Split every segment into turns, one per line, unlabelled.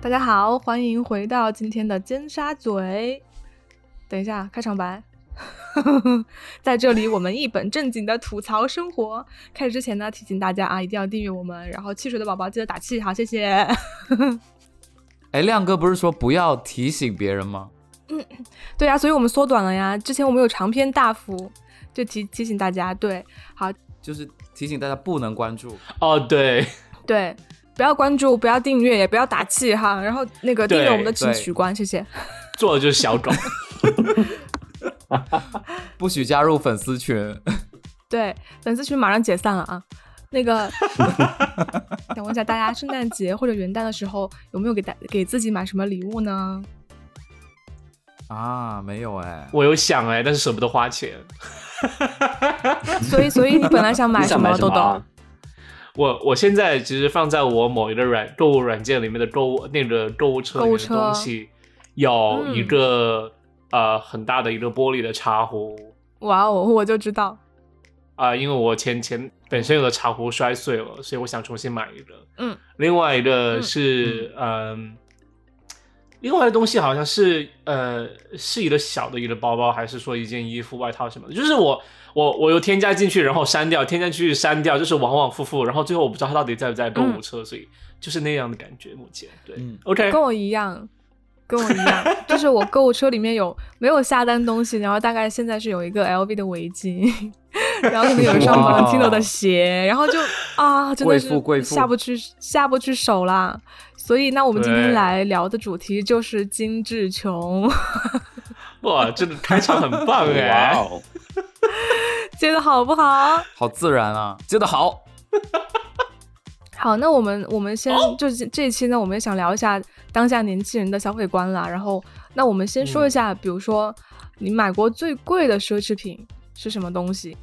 大家好，欢迎回到今天的尖沙咀。等一下，开场白。 在这里，我们一本正经的吐槽生活。开始之前呢，提醒大家啊，一定要订阅我们，然后汽水的宝宝记得打气哈，谢谢。
哎，亮哥不是说不要提醒别人吗？
对啊呀、所以我们缩短了呀。之前我们有长篇大幅，就提提醒大家，对，好，
就是提醒大家不能关注。
哦，对，
对，不要关注，不要订阅，也不要打气哈。然后那个订阅我们的请
对
取关，谢谢。
做的就是小狗。
不许加入粉丝群。
对，粉丝群马上解散了啊。那个，想问一下大家，圣诞节或者元旦的时候有没有给大给自己买什么礼物呢？
啊，没有哎，
我有想哎，但是舍不得花钱。
所以，所以你本来想买
你
什
想
么，
买
豆
么
豆
啊？？
我我现在其实放在我某一个软购物软件里面的购物那个购物车里面的
购物车
东西，有
嗯
一个、呃很大的一个玻璃的茶壶
哇哦，我就知道，
啊、因为我前前本身有的茶壶摔碎了，所以我想重新买一个。
嗯，
另外一个是嗯、另外的东西好像是呃是一个小的一个包包，还是说一件衣服、外套什么的？就是我我我又添加进去，然后删掉，添加进去删掉，就是往往复复，然后最后我不知道它到底在不在购物车，所以就是那样的感觉。目前对、
嗯
o k
跟我一样，跟我一样，就是我购物车里面有没有下单东西，然后大概现在是有一个 LV 的围 巾，然后可能有一双
哇
Valentino 的鞋，然后就啊，真的
贵妇贵
是
妇
下不去下不去手啦。所以，那我们今天
对
来聊的主题就是精致穷，
哇，这个开场很棒
哇
哎！
哦，
接的好不好？
好自然啊，接得好。
好，那我们我们先、
哦
就是这一期呢，我们也想聊一下当下年轻人的消费观啦。然后，那我们先说一下，比如说你买过最贵的奢侈品是什么东西？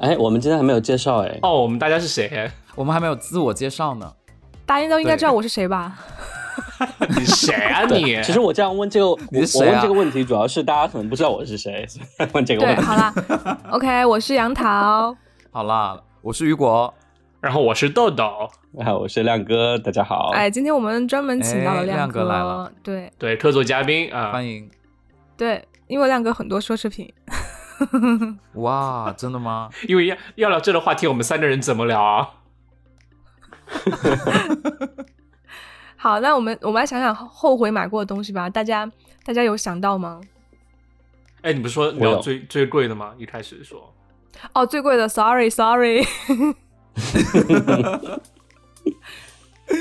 哎，我们今天还没有介绍哎。
哦，我们大家是谁？
我们还没有自我介绍呢。
大家都应该
对
知道我是谁吧？
你谁啊你
对，？其实我这样问这个，我
你是
我
谁啊
问这个问题，主要是大家可能不知道我 是谁，所以问这个
对，
问题。
好啦，OK，我是杨桃。
好啦，我是雨果。
然后我是豆豆，
啊，我是亮哥，大家好。
哎，今天我们专门请到
哎
了
亮
哥，
哥来了
对
对，客座嘉宾啊，
欢迎。
对，因为亮哥很多奢侈品，
哇，真的吗？
因为要要聊这个话题，我们三个人怎么聊啊？
好，那我们我们来想想后悔买过的东西吧。大家大家有想到吗？
哎，你不是说
我
聊
有
最最贵的吗？一开始说，
哦，最贵的，sorry sorry。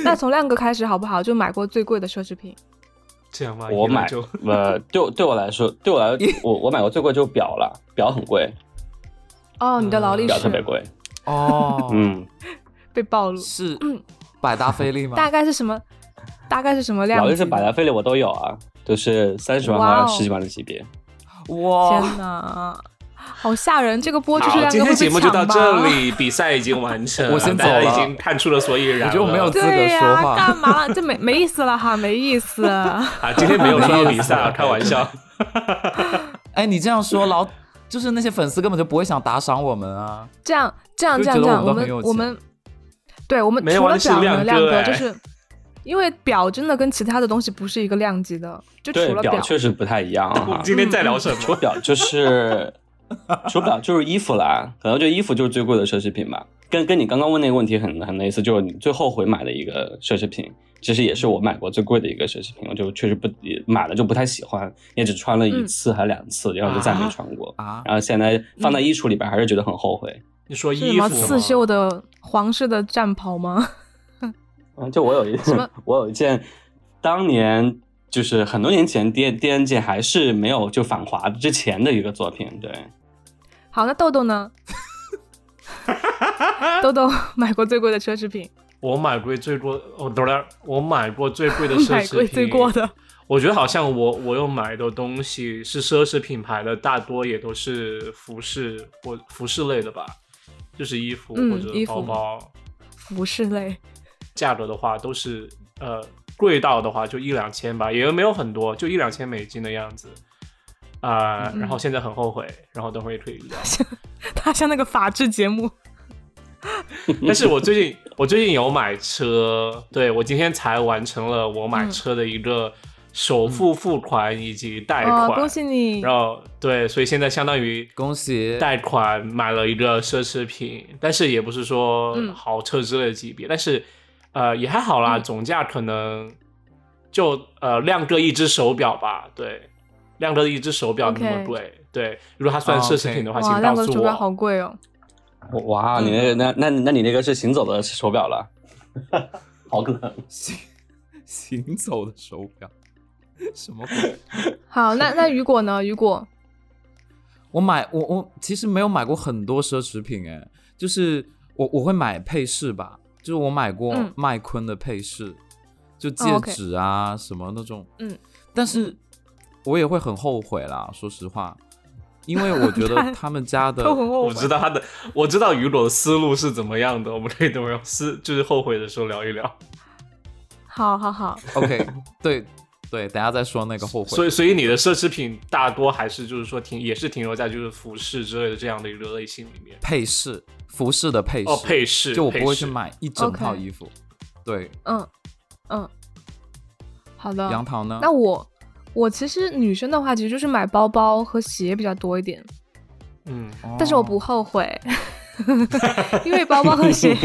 那从亮哥开始好不好？就买过最贵的奢侈品。
这样吗？
我
一 来
哎
买
就
呃，对我对我来说，对我来，我我买过最贵就是表了，表很贵，
哦，你的劳力
表特别
士
贵。
哦，
嗯，
被暴露，
是百达翡丽吗？
大概是什么？大概是什么量
劳
级
力
的？
士、百达翡丽我都有啊，都是三十万
哇哦
和十几万的级别。
哇，
天哪，好吓人！这个播就是
哦好，
亮
今
哥
天
会
节
被
目就到
抢
这
吧？
里，比赛已经 完成，
我先
大家
走了
已经看出了所以然了。
我觉得我没有资格
对呀、
说话
干嘛？这没 没意思了哈，没意 思。
啊，今天 没有说到比赛啊，开玩笑。
哎，你这样说老。就是那些粉丝根本就不会想打赏我们啊！
这样这样
就
这样这
觉得
样，我们我
我们都很有钱
们对我们
没
除
完
了
是
表
亮
呢，亮
哥
哥
哎
就是因为表真的跟其他的东西不是一个量级的，就除
对，
了
表确实不太一样
我
啊
们。今天在聊什
除
么？
了表就是，除了表就是衣服啦，可能就衣服就是最贵的奢侈品吧。跟跟你刚刚问那个问题很很类似，就是你最后悔买的一个奢侈品，其实也是我买过最贵的一个奢侈品，我就确实不也买了就不太喜欢，也只穿了
嗯
一次还两次，然后就再没穿过。
啊，
然后现在放
嗯
在衣橱里边，还是觉得很后悔。
你说
是什
衣服
么
吗
刺绣的皇室的战袍吗？
嗯，就我有一
什么
我有一件，当年就是很多年前 D D N 界还是没有就反华之前的一个作品，对。
好，那豆豆 呢？豆豆买过最贵的奢侈品，
我买过最贵，哦，等会儿我买过最贵的奢
买
侈
过
品，
最贵的。
我觉得好像我我有买的东西是奢侈品牌的，大多也都是服饰或服饰类的吧，就是衣服
嗯
或者
衣服
包包。
服饰类，
价格的话，都是呃贵到的话就一两千吧，也没有很多，就一两千美金的样子。啊、
嗯
然后现在很后悔，然后 等会也可以聊。
他像那个法制节目。
但是我最近我最近有买车，对我今天才完成了我
嗯
买车的一个首付付款以及贷
哦，
款，
恭喜你
然！后对，所以现在相当于
恭喜
贷款买了一个奢侈品，但是也不是说
嗯
豪车之类的级别，但是呃也还好啦，
嗯
总价可能就呃亮哥一只手表吧，对，亮哥一只手表那么
OK
贵对，如果它算
哦
奢侈品的话，
哇，
请
亮
告
哥的
诉
手表好
我。
贵哦，
哇，你那个那那那你那个是行走的手表了，好冷。
行行走的手表， 什么鬼？
好，那那雨果呢？雨果，
我买我我其实没有买过很多奢侈品哎，就是我我会买配饰吧，就是我买过
嗯
麦昆的配饰，就戒
哦，OK
指啊、什么那种，
嗯，
但是我也会很后悔啦，说实话，因为我觉
他
得他们家 的
都很后悔。
我知道他的，我知道雨果的思路是怎么样的，我们可以等会儿思就是后悔的时候聊 一聊。
好好好，
OK 对对，等一下再说那个后悔，
所以，所以你的奢侈品大多还是就是说停，也是停留在就是服饰之类的这样的一个类型里面。
配饰服饰的配饰，
哦，配饰，
就我
配
不会
饰
去买一整
OK
套衣服，对，
嗯嗯，好的。
杨桃呢？
哦那我我其实女生的话，其实就是买包包和鞋比较多一点，
嗯，
但是我
哦
不后悔， 因为包包和 鞋，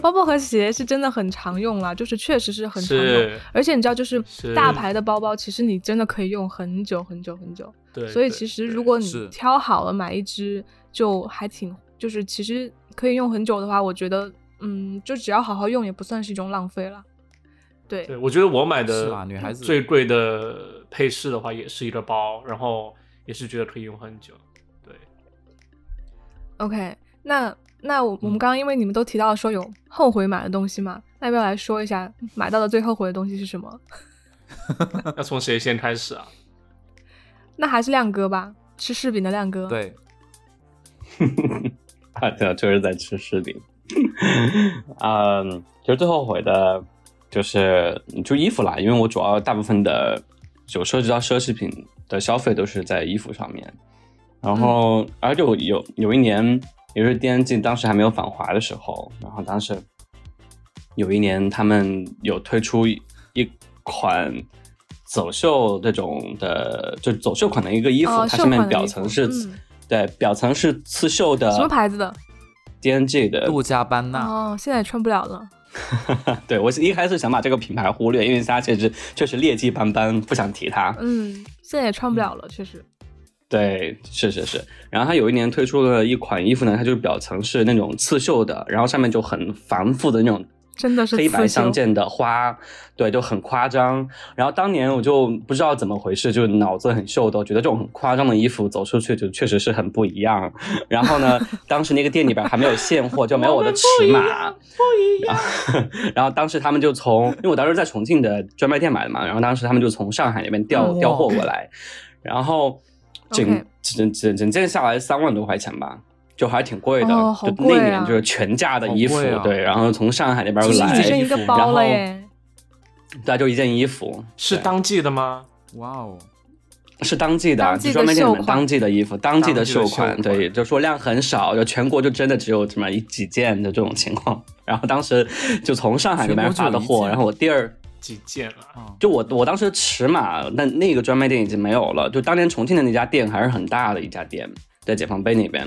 包包和鞋是真的很常用啦，就是确实是很常用。
是，
而且你知道，就是
是
大牌的包包，其实你真的可以用很久很久很久。
对。
所以
对
其实
对
如果
是
你挑好了买一只，就还挺，就是其实可以用很久的话，我觉得，嗯，就只要好好用，也不算是一种浪费了。对，
对，我觉得我买
是
的
吧女孩子
最贵的配饰的话，也是一个包，然后也是觉得可以用很久。对，
OK，那那我我们
嗯
刚刚因为你们都提到说有后悔买的东西嘛，那要不要来说一下买到的最后悔的东西是什么？
要从谁先开始啊？
那还是亮哥吧，吃柿饼的亮哥。，
对，
啊， 对，就是在吃柿饼。嗯，其实最后悔的就是就衣服啦，因为我主要大部分的有涉及到奢侈品的消费都是在衣服上面。然后，
嗯
而且我有有一年，也就是 D N G 当时还没有返华的时候，然后当时有一年他们有推出一一款走秀这种的，就是走秀款的一个衣服，
哦
它
秀
上面
款的
表
衣服
层是、
嗯
对表层是刺绣的，
什么牌子的？
DNG 的，
杜嘉班纳。
哦，现在也穿不了了。
对我是一开始想把这个品牌忽略，因为它确实确实劣迹斑斑，不想提它。
嗯，现在也穿不了了，确实。
对，是是是。然后它有一年推出了一款衣服呢，它就是表层是那种刺绣的，然后上面就很繁复的那种
真的是
黑
刺
白
绣
相间的花，对，就很夸张。然后当年我就不知道怎么回事，就脑子很秀逗，觉得这种很夸张的衣服走出去就确实是很不一样。然后呢，当时那个店里边还没有现货，就没有我的尺 码，不一样。然后当时他们就从，因为我当时在重庆的专卖店买的嘛，然后当时他们就从上海那边调
哇
调货过来，然后整
哦 OK
整整整件下来三万多块钱吧。就还挺贵的，
哦好
就那
贵
一年
啊
就是全价的
好
衣服，
贵啊
对，然后从上海那边
其实
来，
只剩一个包了
然
耶。
对，就一件衣服，
是
对
当季的吗？
哇哦，
是当季的啊，
当季的
就专卖店里面
秀款
当季的衣服，当季的秀
当季的秀款
款，对，就说量很少，就全国就真的只有什么一几件的这种情况。 然后当时就从上海那边发的
全国只有一
货，
件
然后我第二
几件
哦
啊？
就我我当时尺码，那那个专卖店已经没有了，就当年重庆的那家店还是很大的一家店，在解放碑那边。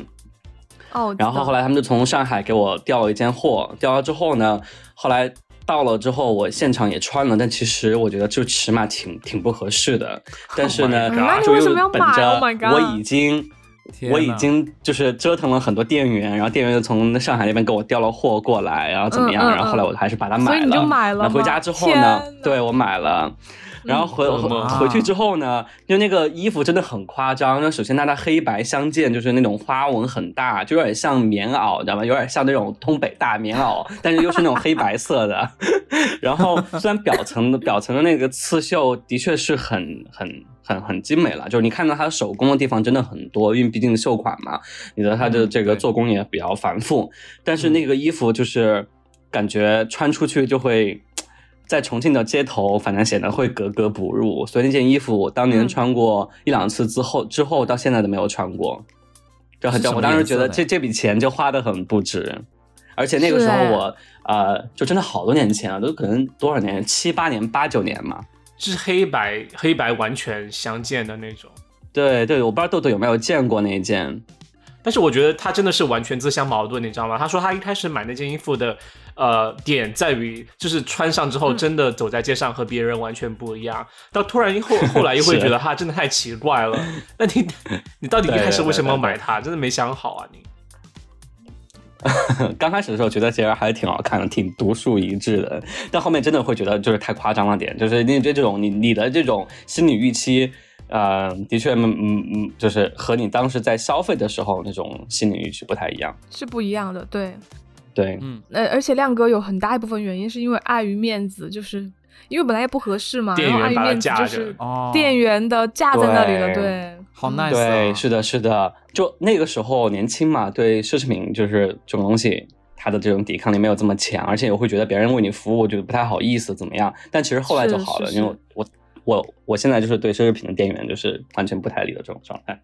哦，我知
然后
道
后来他们就从上海给我调了一件货，调了之后呢，后来到了之后我现场也穿了，但其实我觉得就尺码挺挺不合适的。但是呢
Oh my god
就
那你为什
又
么要
本
买
着
Oh my god
我已经。
天
我已
哪
经就是折腾了很多店员，然后店员又从上海那边给我调了货过来，然后怎么样？
嗯嗯
然后后来我还是把它买
所
了。
以你就买了
然后回
吗
家之后呢
天哪，
对我买了。然后回、
嗯
回
嗯
回去之后呢，就那个衣服真的很夸张。那首先它的黑白相间，就是那种花纹很大，就有点像棉袄，你知道吗？有点像那种东北大棉袄，但是又是那种黑白色的。 然后虽然表层的表层的那个刺绣的确是很很很很精美了，就是你看到它手工的地方真的很多，因为毕竟是绣款嘛，你的它的
嗯
这个
对
做工也比较繁复。但
嗯
是那个衣服就是感觉穿出去就会。在重庆的街头，反正显得会格格不入，所以那件衣服我当年
嗯
穿过一两次之后，之后到现在都没有穿过，就很
是什么
我当时觉得
颜色的
这这笔钱就花的很不值。而且那个时候
是哎
我呃，就真的好多年前了，都可能多少年，七八年、八九年嘛。
是黑白黑白完全相间的那种。
对对，我不知道豆豆有没有见过那一件，
但是我觉得他真的是完全自相矛盾，你知道吗？他说他一开始买那件衣服的，呃，点在于就是穿上之后
嗯
真的走在街上和别人完全不一样，到突然后后来又会
是
觉得他真的太奇怪了。那你你到底一开始为什么要买它？真的没想好啊你。
刚开始的时候觉得其实还挺好看的，挺独树一帜的，但后面真的会觉得就是太夸张了点，就是你对这种你你的这种心理预期，呃，的确，嗯嗯嗯，就是和你当时在消费的时候那种心理预期不太一样。
是不一样的，对。
对，
嗯，
呃，而且亮哥有很大一部分原因是因为碍于面子，就是因为本来也不合适嘛，
店
然后
员
碍于
把它
面子
架
就
着
是
哦，
店员的架在那里了，
对
对，
好
嗯
nice
对，
啊
是的，是的，就那个时候年轻嘛，对奢侈品就是这种东西，它的这种抵抗力没有这么强，而且我会觉得别人为你服务，我觉得不太好意思，怎么样？但其实后来就是好
是
了，
是
因为我我我我现在就是对奢侈品的店员就是完全不太理的这种状态。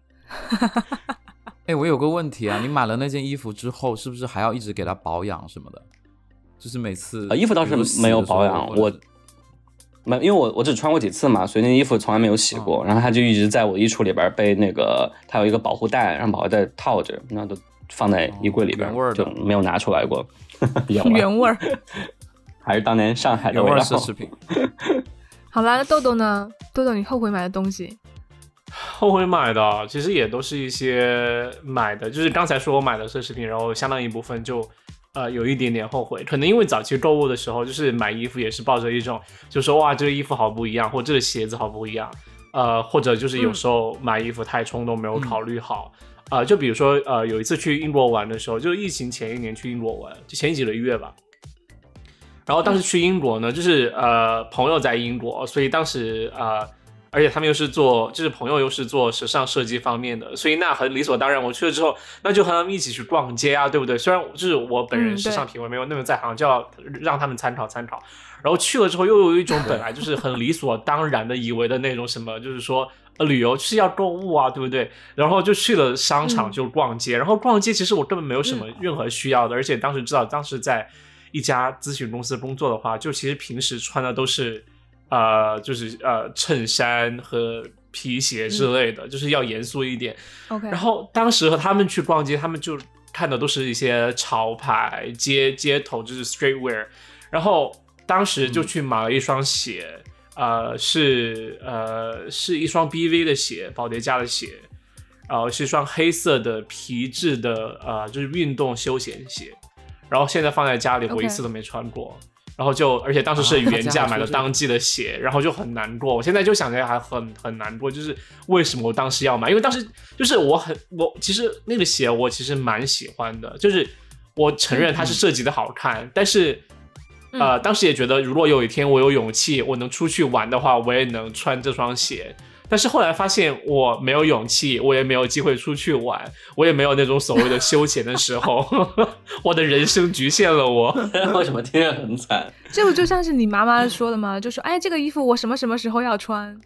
哎，我有个问题啊，你买了那件衣服之后，是不是还要一直给它保养什么的？就是每次
啊，衣服倒
比如说洗
是没有
的时候
保养，
或者
我
是
没，因为我我只穿过几次嘛，所以那衣服从来没有洗过。然后它就一直在我衣橱里边被那个它有一个保护袋，让保护袋套着，然后都放在衣柜里边，
哦原味儿的
就没有拿出来过。 有啊
原味儿。
还是当年上海的
原
味
味
道
儿。奢 侈品，
好啦，那豆豆呢？豆豆，你后悔买的东西，
后悔买的，其实也都是一些买的，就是刚才说我买的奢侈品，然后相当一部分就。呃，有一点点后悔，可能因为早期购物的时候，就是买衣服也是抱着一种，就说哇，这个衣服好不一样，或者这个鞋子好不一样，呃，或者就是有时候买衣服太冲动，没有考虑好，啊、就比如说呃，有一次去英国玩的时候，就是疫情前一年去英国玩，就前几个月吧。然后当时去英国呢，就是呃朋友在英国，所以当时呃，而且他们又是做，就是朋友又是做时尚设计方面的，所以那很理所当然。我去了之后，那就和他们一起去逛街啊，对不对？虽然就是我本人
嗯
时尚
对
品味没有那么在行，就要让他们参考参考。然后去了之后，又有一种本来就是很理所当然的以为的那种什么，就是说呃旅游是要购物啊，对不对？然后就去了商场
嗯
就逛街，然后逛街其实我根本没有什么任何需要的，而且当时知道当时在一家咨询公司工作的话，就其实平时穿的都是呃就是呃衬衫和皮鞋之类的，就是要严肃一点。
？OK，
然后当时和他们去逛街，他们就看的都是一些潮牌、街街头，就是 streetwear。然后当时就去买了一双鞋，呃，是呃是一双 BV 的鞋，宝洁家的鞋，然后是一双黑色的皮质的呃就是运动休闲鞋。然后现在放在家里，我
OK
一次都没穿过。然后就，而且当时是
啊
原
这
价
样
买的
说这个
当季的鞋，然后就很难过。我现在就想起来还很很难过，就是为什么我当时要买？因为当时就是我很我其实那个鞋我其实蛮喜欢的，就是我承认它是设计的好看，但是
嗯
呃，当时也觉得如果有一天我有勇气，我能出去玩的话，我也能穿这双鞋。但是后来发现我没有勇气，我也没有机会出去玩，我也没有那种所谓的休闲的时候， 我的人生局限了我。
为什么听着很惨？
这不就像是你妈妈说的吗？就说，哎，这个衣服我什么什么时候要穿？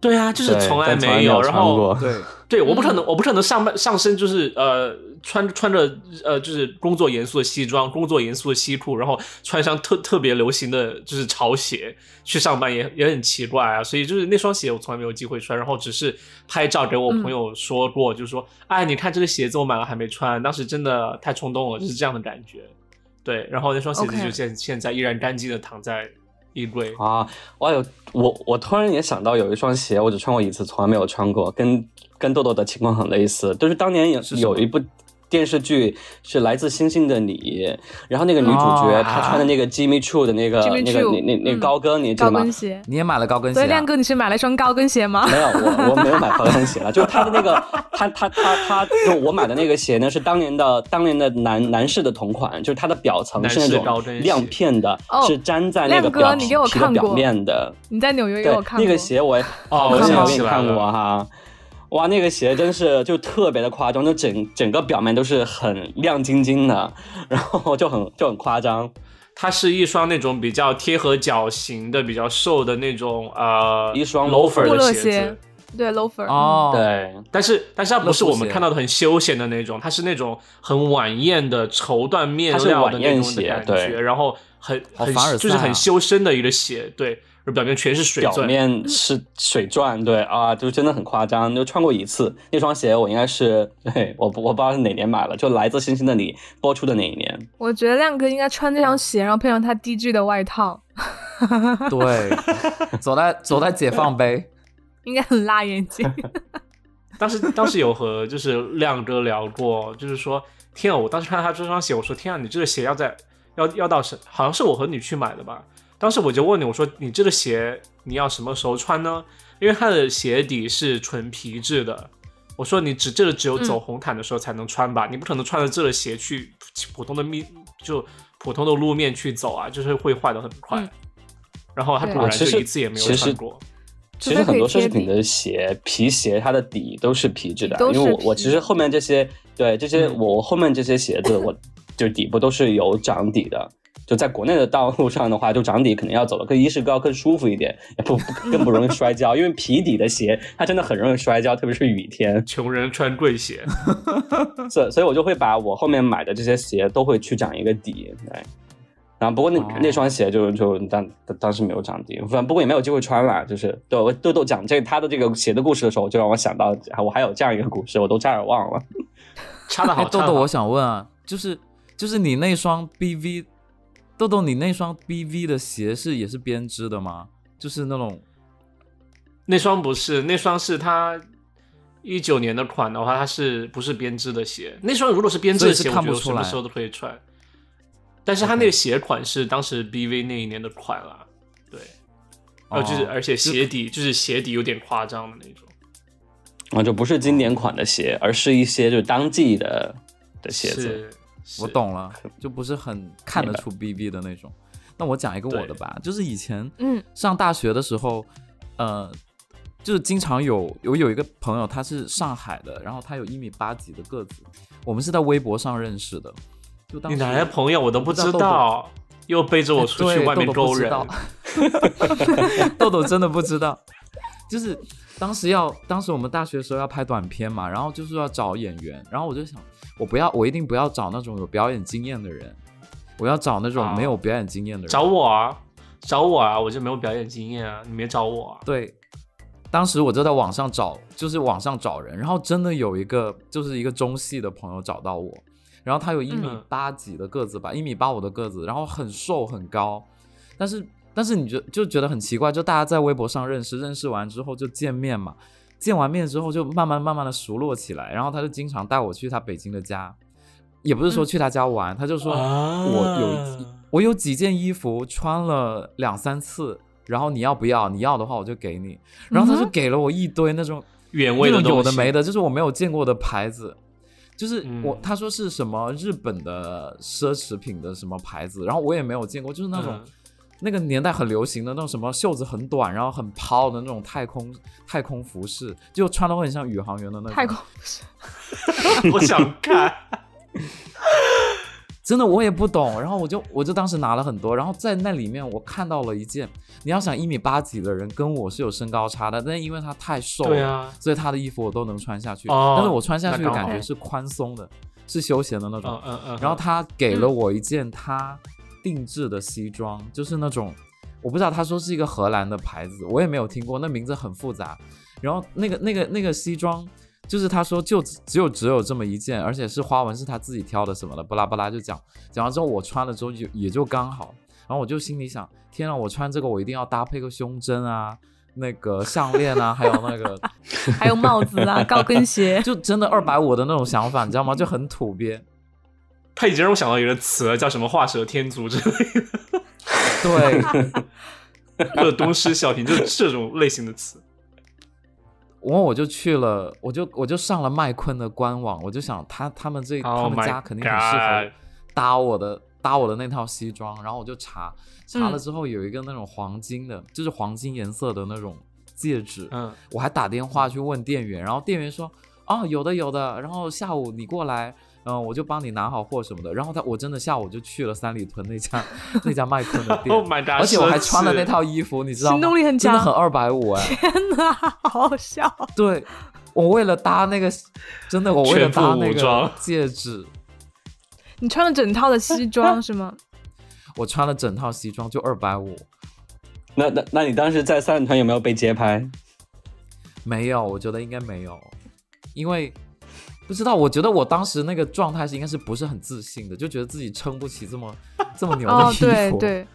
对啊，就是
对
从来
但
没
没
有，然
穿
后
过。
对，
对，我不可能，我不可能上半上身就是呃穿穿着呃就是工作严肃的西装，工作严肃的西裤，然后穿上特特别流行的就是潮鞋去上班也也很奇怪啊。所以就是那双鞋我从来没有机会穿，然后只是拍照给我朋友说过，就是说哎你看这个鞋子我买了还没穿，当时真的太冲动了，就是这样的感觉。对，然后那双鞋子
OK
就现现在依然干净的躺在衣柜。
啊，哇有我我突然也想到有一双鞋，我只穿过一次，从来没有穿过，跟跟豆豆的情况很类似，就是当年有
是什么
有一部电视剧是来自星星的你，然后那个女主角、
哦
她穿的那个 Jimmy Choo 的那个
Jimmy
那个
Choo，
那那那
嗯
高跟，你记
高
得吗
跟？鞋。
你也买了高跟鞋、
所
啊，
以亮哥，你是买了一双高跟鞋吗？
没有，我我没有买高跟鞋了，就是她的那个，她她她她，就我买的那个鞋呢，是当年的当年的男男士的同款，就是它的表层是那
男士高
种
跟鞋
亮片的，
哦
是粘在那个
亮哥
表
你给我
皮的
看
表
过
面的。
你在纽约给
对
我看过
那个鞋我也
我
哦
好
想
像有
起
给你
来
看
了
过哈。哇，那个鞋真是就特别的夸张，就整整个表面都是很亮晶晶的，然后就很就很夸张，
它是一双那种比较贴合脚型的、比较瘦的那种呃，呃
一双
loafer
loafer
布
的
勒
鞋
鞋
子，
对 loafer，
哦，，
嗯
对，
但是但是它不是
乐福
我
鞋
们看到的很休闲的那种，它是那种很晚宴的绸缎面料的那种的感
它是晚宴鞋
觉，
对
然后很
好
很
凡尔赛啊
就是很修身的一个鞋，对，而表面全是水
表
钻，
面是水钻，对啊，就真的很夸张。就穿过一次那双鞋，我应该是对我不我不知道是哪年买了，就《来自星星的你》播出的那一年。
我觉得亮哥应该穿这双鞋，然后配上他低 G 的外套，
对， 走在走在解放 碑，
应该很辣眼睛。
当时当时有和就是亮哥聊过，就是说，天啊！我当时看到他这双鞋，我说天啊，你这个鞋要在要要到什？好像是我和你去买的吧。当时我就问你，我说你这个鞋你要什么时候穿呢？因为它的鞋底是纯皮质的，我说你只这个只有走红毯的时候才能穿吧，你不可能穿着这个鞋去普通的密就普通的路面去走啊，就是会坏的很快。
嗯
然后他
对
果然
啊其
就
实
一次也没有
其实
穿过。
其实很多奢侈品的鞋，皮鞋它的底都是皮质的
都，是
因为我
皮
我其实后面这些对这些
嗯
我后面这些鞋子，我就底部都是有掌底的。就在国内的道路上的话，就掌底可能要走的更一是高更舒服一点，也不不更不容易摔跤，因为皮底的鞋它真的很容易摔跤，特别是雨天。
穷人穿贵鞋，
所所以，我就会把我后面买的这些鞋都会去长一个底，对。然后，不过那、
哦
那双鞋就就当当当时没有长底，反不过也没有机会穿了。就是对我豆豆讲这他的这个鞋的故事的时候，就让我想到啊我还有这样一个故事，我都差点忘了。
插的
哎，
好，
豆
插得
豆，
好
我想问啊，就是就是你那双 BV，豆豆，你那双 BV 的鞋是也是编织的吗？就是那种
那双不是，那双是它一九年的款的话，它是不是编织的鞋？那双如果是编织的鞋，
所以是看
我
不
觉得我
出
什么
来
时候都可以穿。但是它
OK
那个鞋款是当时 BV 那一年的款啦，对，呃，就是
哦
而且鞋底就是鞋底有点夸张的那种，
啊，就不是经典款的鞋，而是一些就是当季的的鞋子。
是，是
我，懂了，就不是很看得
明白
出 BB 的那种。那我讲一个我的
对
吧，就是以前
嗯
上大学的时候，呃，就是经常有有有一个朋友，他是上海的，然后他有一米八几的个子，我们是在微博上认识的。就当
你
时
哪来的 朋友我都不知
我不知道
道，又背着我出去
哎对
外面
豆豆
勾
不知
人，
道豆豆真的不知道，就是当时要，当时我们大学的时候要拍短片嘛，然后就是要找演员，然后我就想，我不要，我一定不要找那种有表演经验的人，我要找那种
啊
没有表演经验的人。
找我啊，找我啊，我就没有表演经验啊，你别找我啊，
对，当时我就在网上找，就是网上找人，然后真的有一个就是一个中戏的朋友找到我，然后他有一米
嗯
八几的个子吧，一、米八五的个子，然后很瘦很高，但是但是你就就觉得很奇怪，就大家在微博上认识，认识完之后就见面嘛，见完面之后就慢慢慢慢的熟络起来，然后他就经常带我去他北京的家，也不是说去他家玩，他就说
嗯啊
我有一我有几件衣服穿了两三次，然后你要不要？你要的话我就给你。然后他
嗯
就
哼
给了我一堆那种
原味
那
的
种有
东
的
西，
没的，就是我没有见过的牌子。就是我，
嗯
他说是什么日本的奢侈品的什么牌子，然后我也没有见过，就是那种、
嗯
那个年代很流行的那种什么袖子很短，然后很抛的那种太空太空服饰，就穿的会很像宇航员的那种。
太空不是
嗯 我想 看。
真的我也不懂，然后我就我就当时拿了很多，然后在那里面我看到了一件，你要想一米八几的人跟我是有身高差的，但是因为他太瘦了，
对啊，
所以他的衣服我都能穿下去，
哦
但是我穿下去
那
的
刚好
感觉是宽松的，是休闲的那种。
嗯嗯嗯。
然后他给了我一件他定制的西装，就是那种我不知道他说是一个荷兰的牌子，我也没有听过，那名字很复杂。然后那个那个那个西装，就是他说就只只有只有这么一件，而且是花纹是他自己挑的什么的，巴拉巴拉就讲讲完之后我穿了之后也也就刚好，然后我就心里想，天啊，我穿这个我一定要搭配个胸针啊。那个项链啊，还有那个
还有帽子 啊，高跟 鞋。
就真的二百五的那种想法，你知道吗？就很土鳖。
他已经让我想到一个词，叫什么“画蛇添足”之类
对，
的，或者“东施效颦”，就是这种类型的词。
然后我就去了，我就我就上了麦昆的官网，我就想他他们这、他
Oh
们
my
家肯定很适合
God
搭我的搭我的那套西装，然后我就查查了
嗯
之后有一个那种黄金的，就是黄金颜色的那种戒指，
嗯，
我还打电话去问店员，然后店员说啊有的有的，然后下午你过来。嗯，我就帮你拿好货什么的。然后他我真的下午就去了三里屯那家 那家卖坤的店
Oh my god！
而且我还穿了那
奢侈
套衣服，你知道吗？
行动力很强
真的很二百五哎。
天哪，啊好好笑！
对，我为了搭那个，真的我为了
全副
搭那
武装
个戒指，
你穿了整套的西装是 吗？
我穿了整套西装就二百五。
那那那你当时在三里屯有没有被街拍？
没有，我觉得应该没有，因为不知道，我觉得我当时那个状态是应该是不是很自信的，就觉得自己撑不起这么这么牛的衣
哦，
服，
对对，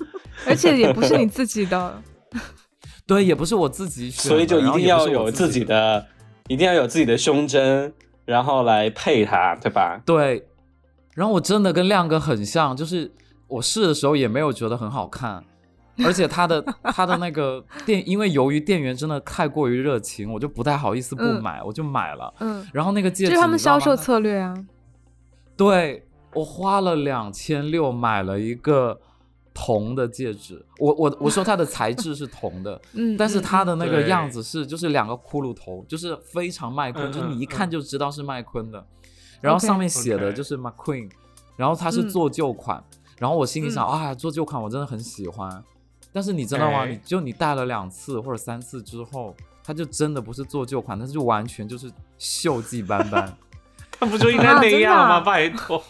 而且也不是你自己的，
对也不是我自己选的，
所以就一定
然后
要
也不是我
有自己
己。
的，一定要有自己的胸针，然后来配它，对吧？
对，然后我真的跟亮哥很像，就是我试的时候也没有觉得很好看，而且他 的他的那个店，因为由于店员真的太过于热情，我就不太好意思不
嗯
买，我就买了。
嗯，
然后那个戒
这
指，
是他们
你知道
销
吗
售
它
策略啊。，
对我花了两千六买了一个铜的戒指，我我我说它的材质是铜的
嗯，
但是
嗯
它的那个
对
样子是就是两个骷髅头，就是非常麦
嗯
昆，就是
嗯
你一
嗯
看就知道是麦昆的，然后
OK
上面写的
OK
就是 McQueen，然后它是
嗯
做旧款，然后我心里想
嗯
啊做旧款我真的很喜欢，但是你知道吗？
哎
你就你戴了两次或者三次之后，它就真的不是做旧款，它就完全就是锈迹斑 斑。
他不就应该
啊
那
真的
样
啊
吗？拜托，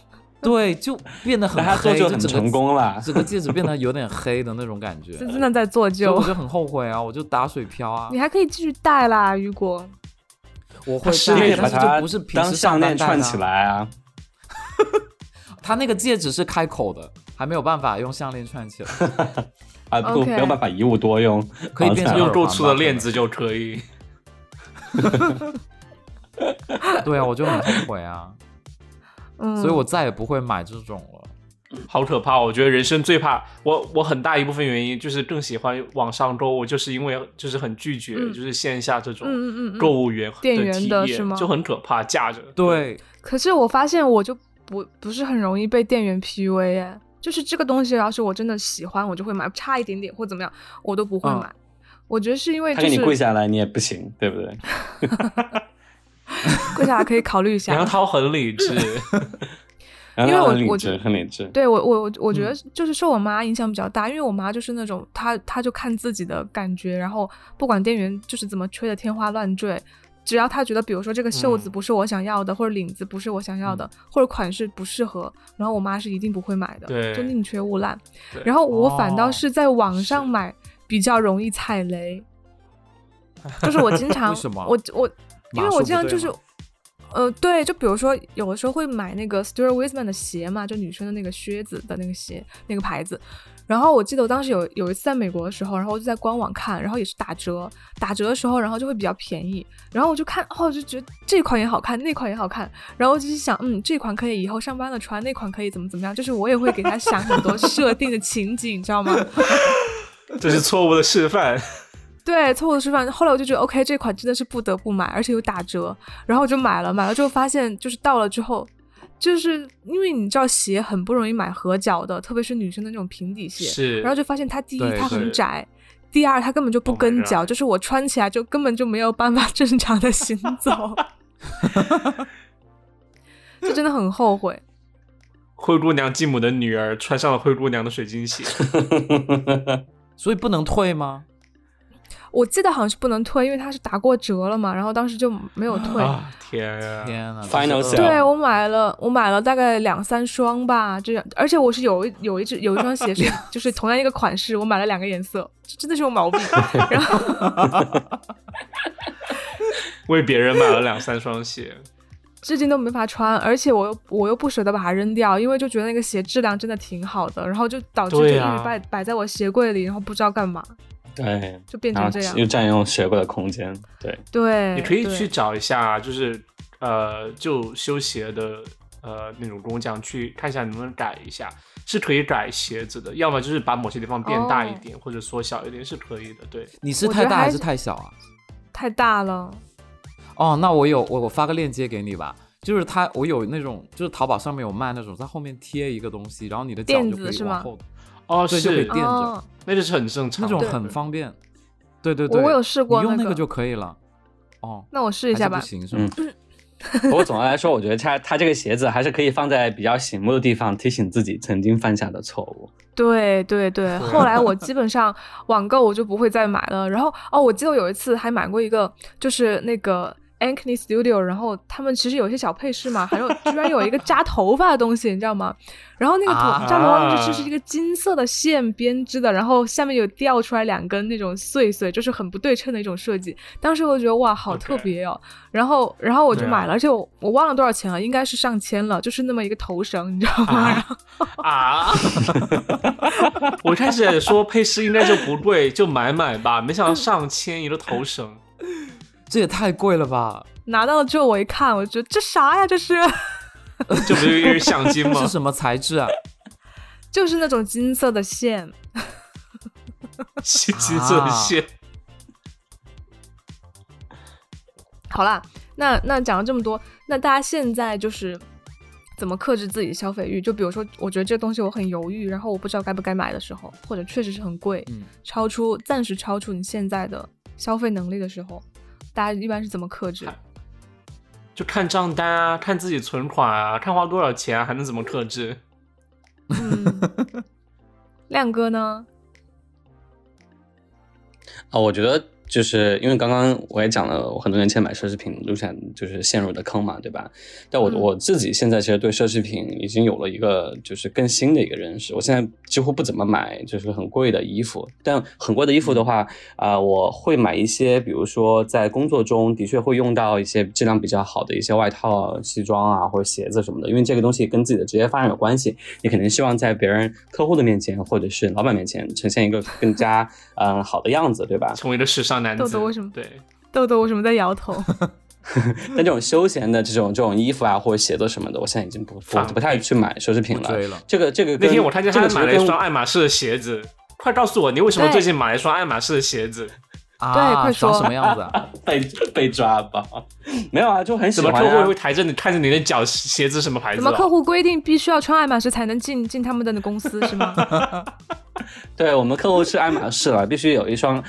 对，就变得很
但他做
黑，
就
就
很
整个
成功了。
整个戒指变得有点黑的那种感觉。
这真的在做
所以
旧
我，就很后悔啊，我就打水漂啊
你，还可以继续戴啦，雨果。
我会
你可
戴，
以把
但是就
它
不是平
当
时
项
上
链
班戴的啊
串 起。来啊。
它那个戒指是开口的，还没有办法用项链串 起来，
啊不，
OK
没有办法一物多用，
可以变成
好惨啊
用
耳环
够粗的
吧
链。子就可以。
可能对啊，我就很后悔啊，
嗯，
所以我再也不会买这种了。
好可怕！我觉得人生最怕我，我很大一部分原因就是更喜欢网上购物，就是因为就是很拒绝、
嗯
就是线下这种
嗯嗯嗯嗯
购物员
店
体
员
验，
的是吗
就很可怕，架着。
对，
可是我发现我就不不是很容易被店员 PUA 耶，就是这个东西，要是我真的喜欢，我就会买，差一点点或怎么样，我都不会
嗯
买。我觉得是因为
他
就
给你
是
跪下来你也不行，对 不对？
跪下来可以考虑一下
杨。涛很理智，
嗯
然后
因为
他
我
很理
我
智，
觉
很理智。
对我我我我觉得就是受我妈影响比较大，因为我妈就是那种她她就看自己的感觉，然后不管店员就是怎么吹的天花乱坠，只要她觉得比如说这个袖子
嗯
不是我想要的，或者领子不是我想要的，或者款式不适合，然后我妈是一定不会买的，
对
就宁缺毋滥
对。
然后我反倒
哦
是在网上
是
买比较容易踩雷，就是我经常
为什么
我我因
马
为我
术
经常
不对
就是
吗，
呃，对，就比如说有的时候会买那个 Stuart Weitzman 的鞋嘛，就女生的那个靴子的那个鞋那个牌子。然后我记得我当时有有一次在美国的时候，然后我就在官网看，然后也是打折，打折的时候，然后就会比较便宜。然后我就看，哦，我就觉得这款也好看，那款也好看。然后我就去想，嗯，这款可以以后上班了穿，那款可以怎么怎么样，就是我也会给他想很多设定的 情景，你知道吗？
这是错误的示范。
对，错误示范。后来我就觉得，OK，这款真的是不得不买，而且有打折，然后我就买了。买了之后发现，就是到了之后，就是因为你知道鞋很不容易买合脚的，特别是女生的那种平底鞋，
是，
然后就发现它第一
对哦
它很
是
窄，第二它根本就不
Oh my
跟脚
God
就是我穿起来就根本就没有办法 正常的行 走，就真的很后悔。
灰姑娘继母的女儿穿上了灰姑娘的水晶鞋，
所以不能退吗？
我记得好像是不能退，因为它是打过折了嘛，然后当时就没有退。
啊天啊！
天呐
Final
这是
sale
对我买了，我买了大概两三双吧，这样，而且我是有一有一只有一双鞋是就是同样一个款式，我买了两个颜色，这真的是有毛病。然后
为别人买了两三双鞋，
至今都没法穿，而且我又我又不舍得把它扔掉，因为就觉得那个鞋质量真的挺好的，然后就导致就一
对
直
啊
摆、摆在我鞋柜里，然后不知道干嘛，
对，
就变
然
成
后
这样
又。占用鞋柜的空间，对，
对，
你可以
对
去找一下，就是呃，就修鞋的呃那种工匠去看一下能不能改一下，是可以改鞋子的，要么就是把某些地方变大一
哦
点、或者缩小一点是可以的，对。
你是
我觉
太
得
大
还
还
是
是太小啊？
太大了，
哦，那我有我我发个链接给你吧，就是它我有那种就是淘宝上面有卖那种，在后面贴一个东西，然后你的脚
垫
就
子
可以
是吗
往后，
哦，
对，就可以
是
垫，着，
哦
那就是很正常
那
的，
种很方便。对对
我
对，
我有试过
你用
那
那
个
就可以了。哦，
那我试
试
一下吧嗯
不。行是吗？
不过总的来说，我觉得它它这个鞋子还是可以放在比较醒目的地方，提醒自己曾经犯下的错误。
对对对，后来 我基本上网购我就不会再买了。然后哦，我记得有一次还买过一个，就是那个 Ankeny Studio，然后他们其实有一些小配饰嘛，还有居然有一个扎头发的东西，你知道吗？然后那个
啊
头扎头发那就是一个金色的线编织的，然后下面有掉出来两根那种碎碎，就是很不对称的一种设计。当时我就觉得哇，好
OK
特别哦。然后然后我就
对啊
买了，而且我我忘了多少钱了，应该是上千了，就是那么一个头绳，你知道吗？然后
啊！ 我一开始也说配饰应该就不贵，就买买吧，没想到上千一个头绳。
这也太贵了吧？
拿到了之后我一看，我觉得这啥呀？这是
这不就一根橡筋吗
是？什么材质啊？
就是那种金色的线，
金色线，
好啦，那那讲了这么多，那大家现在就是怎么克制自己的消费欲？就比如说，我觉得这东西我很犹豫，然后我不知道该不该买的时候，或者确实是很贵，
嗯
超出暂时超出你现在的消费能力的时候，大家一般是怎么克制？
就看账单啊，看自己存款啊，看花多少钱、啊，还能怎么克制？
嗯，亮哥呢？
啊，我觉得就是因为刚刚我也讲了，我很多年前买奢侈品路线就是陷入的坑嘛，对吧？但我、
嗯
我自己现在其实对奢侈品已经有了一个就是更新的一个认识。我现在几乎不怎么买就是很贵的衣服，但很贵的衣服的话啊、我会买一些，比如说在工作中的确会用到一些质量比较好的一些外套、西装啊或者鞋子什么的，因为这个东西跟自己的职业发展有关系。你肯定希望在别人客户的面前或者是老板面前呈现一个更加嗯、好的样子，对吧？
成为一个时尚男子。
豆豆为什么
对，
豆豆为什么在摇头？
但这种休闲的这种这种衣服啊或者鞋子什么的，我现在已经不不
放
不太去买奢侈品
不
了。
追了。
这个这个
那
跟
天我看见
这
他
个其实
买了
跟
一双爱马仕的鞋子，快告诉我你为什么最近买了一双爱马仕的鞋子？
对
啊，
快
长
说
什么样子啊？
被被抓吧？ 没有啊，就很喜
怎么
欢、啊。
客户会抬着你看着你的脚鞋子什么牌
怎
子、
么客
哦？
户规定必须要穿爱马仕才能进进他们的公司是吗？
对我们客户是爱马仕了，必须有一双，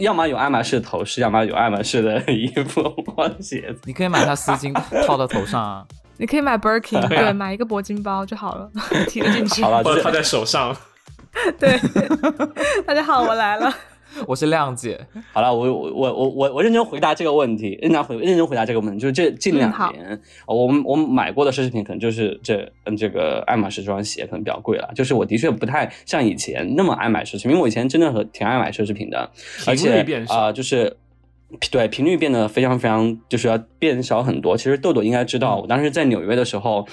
要么有爱马仕的头饰，要么有爱马仕的衣服或者鞋子。
你可以买它丝巾套到头上啊。
你可以买 Birkin，
对啊
对，买一个铂金包就好了，提得进去。
好了，
或
就
者套
是
在手上，
对，大家好，我来了。
我是亮姐，
好了，我我我我我我认真回答这个问题，认真回认真回答这个问题，就是这近两
嗯好
年，呃我们我们买过的奢侈品可能就是这嗯这个爱马仕这双鞋可能比较贵了，就是我的确不太像以前那么爱买奢侈品，因为我以前真的很挺爱买奢侈品的，而
频率
且
变
啊、
少。
呃就是对频率变得非常非常，就是要变少很多。其实豆豆应该知
嗯
道，我当时在纽约的时候，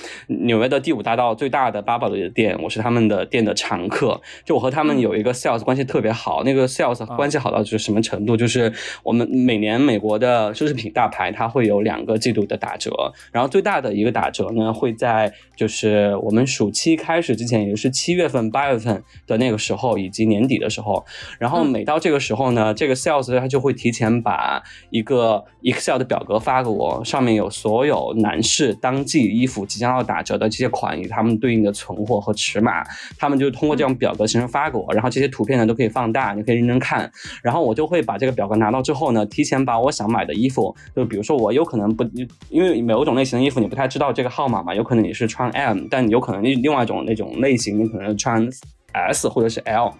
纽约的第五大道最大的巴宝莉的店，我是他们的店的常客。就我和他们有一个 sales 关系特别好，那个 sales 关系好到就是什么程度？就是我们每年美国的奢侈品大牌，它会有两个季度的打折，然后最大的一个打折呢，会在就是我们暑期开始之前，也就是七月份、八月份的那个时候，以及年底的时候。然后
嗯
每到这个时候呢，这个 sales 他就会提前把一个 Excel 的表格发给我，上面有所有男士当季衣服即将要打折的这些款，以及他们对应的存货和尺码。他们就通过这种表格形式发给我，然后这些图片呢都可以放大，你可以认真看。然后我就会把这个表格拿到之后呢，提前把我想买的衣服，就比如说我有可能不，因为某种类型的衣服你不太知道这个号码嘛，有可能你是穿 M，但有可能另另外一种那种类型你可能穿 S 或者是 L。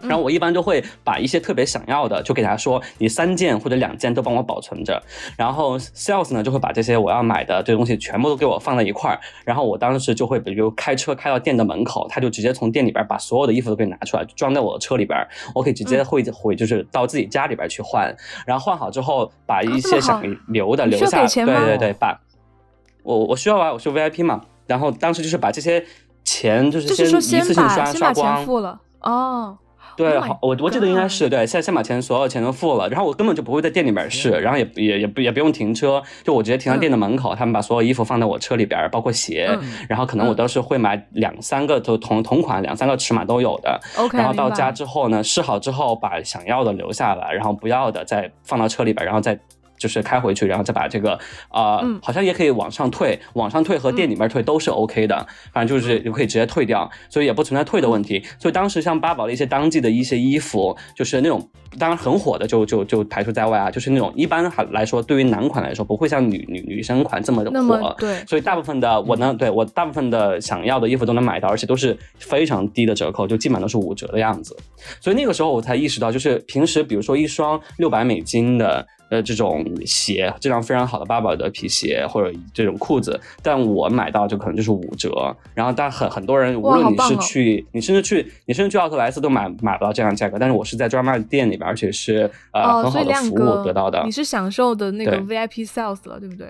然
嗯
后我一般就会把一些特别想要的，就给他说，你三件或者两件都帮我保存着。然后 sales 呢就会把这些我要买的这东西全部都给我放在一块儿。然后我当时就会，比如开车开到店的门口，他就直接从店里边把所有的衣服都给拿出来，装在我的车里边，我可以直
嗯
接会回就是到自己家里边去换。然后换好之后，把一
啊这
些
么好
想留的
你
留
需要
下，
给钱
对
吗
对对，把我我需要啊，我是 VIP 嘛。然后当时就是把这些钱就是
就是
先
说
一次性
把
刷
先
刷
把
光
钱。付了哦，
对，
Oh my
好，我我记得应该
God
是对，先先把钱所有钱都付了，然后我根本就不会在店里边试，然后也也也不也不用停车，就我直接停到店的门口，他们把所有衣服放在我车里边，包括
哎
鞋，
嗯
然后可能我
嗯
都是会买两三个都同同款，两三个尺码都有的，
，OK，
然后到
明白
家之后呢，试好之后把想要的留下来，然后不要的再放到车里边，然后再就是开回去，然后再把这个啊、
嗯
好像也可以往上退，往上退和店里面退都是 OK 的，反正
嗯
就是你可以直接退掉，所以也不存在退的问题。所以当时像八宝的一些当季的一些衣服，就是那种当然很火的就就就排除在外啊，就是那种一般来说对于男款来说不会像女女女生款这么火，
那么对，嗯
所以大部分的我能对我大部分的想要的衣服都能买到，而且都是非常低的折扣，就基本上都是五折的样子。所以那个时候我才意识到，就是平时比如说一双六百美金的呃这种鞋，质量非常好的八宝的皮鞋或者这种裤子，但我买到就可能就是五折。然后但很很多人，无
哇好
论你
棒
是
哦
去，你甚至去你甚至去奥特莱斯都买买不到这样的价格，但是我是在专卖店里边，而且是呃、
哦，
很
所以
好的
亮
服
哥
务得到的。
你是享受的那个
对
VIP sales 了，对不对？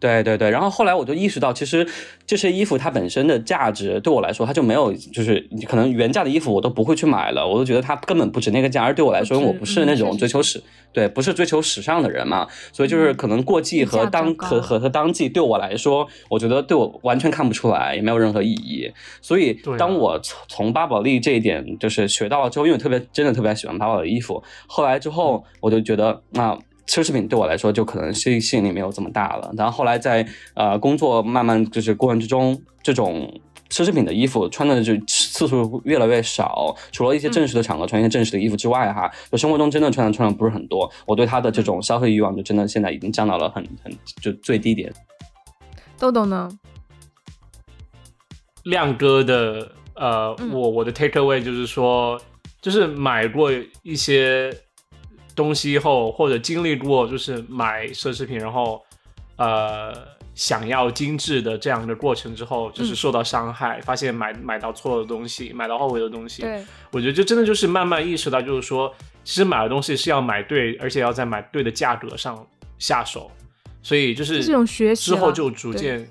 对对对，然后后来我就意识到，其实这些衣服它本身的价值对我来说，它就没有，就是可能原价的衣服我都不会去买了，我都觉得它根本不值那个价。而对我来说，
不值
因为我不是那
嗯确实
种追求时，对，不是追求时尚的人嘛，所以就是可能过季
嗯
和
性价比
当
较高
和和和当季对我来说，我觉得对我完全看不出来，也没有任何意义。所以
对啊
当我从从巴宝莉这一点就是学到了之后，因为我特别真的特别喜欢巴宝莉的衣服，后来之后，我就觉得那奢侈品对我来说就可能吸吸引力没有这么大了。然后后来在呃工作慢慢就是过程之中，这种奢侈品的衣服穿的就次数越来越少，除了一些正式的场合穿一些正式的衣服之外，哈，就生活中真的穿的穿的不是很多。我对它的这种消费欲望就真的现在已经降到了很很就最低点。
豆豆呢？
亮哥的呃，
嗯
我我的 take away 就是说，就是买过一些东西后，或者经历过就是买奢侈品，然后呃想要精致的这样的过程之后，就是
嗯
受到伤害，发现买买到错的东西，买到后悔的东西，
对，
我觉得就真的就是慢慢意识到，就是说，其实买的东西是要买对，而且要在买对的价格上下手，所以就是
这种学习
之后
了
就逐
对
渐，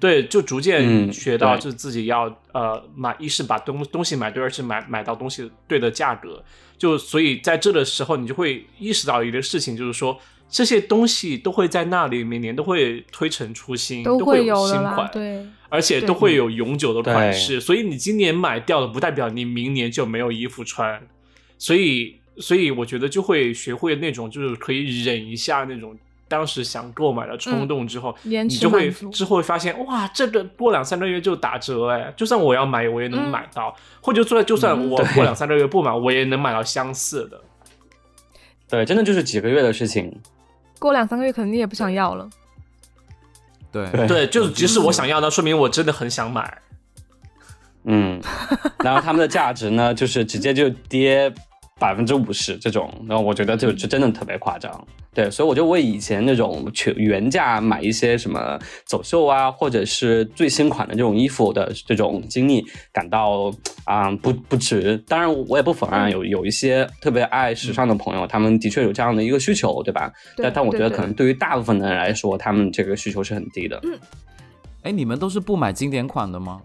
对，就逐渐
嗯
学到，
对
就是自己要、呃买，一是把东东西买对，二是买买到东西对的价格，就所以在这的时候，你就会意识到一个事情，就是说。这些东西都会在那里，每年都会推陈出新，都
会
有
有
新
的啦
款，，
对，
而且
对
都会有永久的款
对
式，所以你今年买掉了，不代表你明年就没有衣服穿，所以所以我觉得就会学会那种就是可以忍一下那种当时想购买的冲动之后，
延
你
迟
就
嗯
会
满足，
之后会发现哇，这个过两三个月就打折哎，就算我要买我也能
嗯
买到，或者说就算
嗯
我
对
过两三个月不买，我也能买到相似的。
对，真的就是几个月的事情。
过两三个月肯定也不想要了。
对
对
对，就是即使我想要，那说明我真的很想买。
嗯，然后他们的价值呢，就是直接就跌百分之五十这种，然后我觉得就就真的特别夸张。对，所以我就为以前那种全原价买一些什么走秀啊，或者是最新款的这种衣服的这种经历感到啊、不不值。当然，我也不否认
嗯
啊有有一些特别爱时尚的朋友，他们的确有这样的一个需求，对吧？
对
但但我觉
对
得
对嗯
可能对于大部分的人来说，他们这个需求是很低的。
哎，你们都是不买经典款的吗？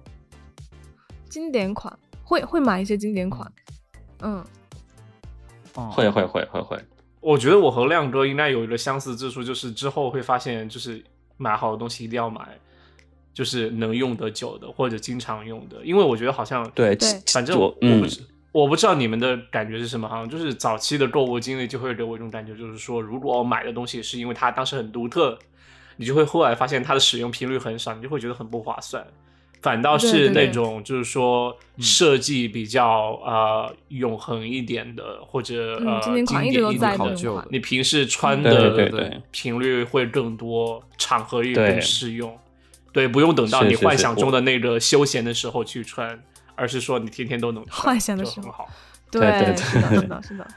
经典款会会买一些经典款，嗯，
嗯
会会会会会，
我觉得我和亮哥应该有一个相似之处，就是之后会发现，就是买好的东西一定要买，就是能用得久的或者经常用的，因为我觉得好像，
对，
对
其
反正
我
我我不
嗯
知、我不知道你们的感觉是什么，好像就是早期的购物经历就会给我一种感觉，就是说如果我买的东西是因为它当时很独特，你就会后来发现它的使用频率很少，你就会觉得很不划算。反倒
对
是
对
那种就是说设计比较、呃永恒一点的，或者、
嗯
呃
经典款一直都
经典
在
一点
考
那
的，
种
究
款，
你平时穿
对
的
对对
频率会更多，场合也
对
更适用。对，不用等到
是
你
是
幻
是
想
我
中的那个休闲的时候去穿，而是说你天天都能穿，
幻想的
就
时候
很好。
对对
是的，
对
是的，是的，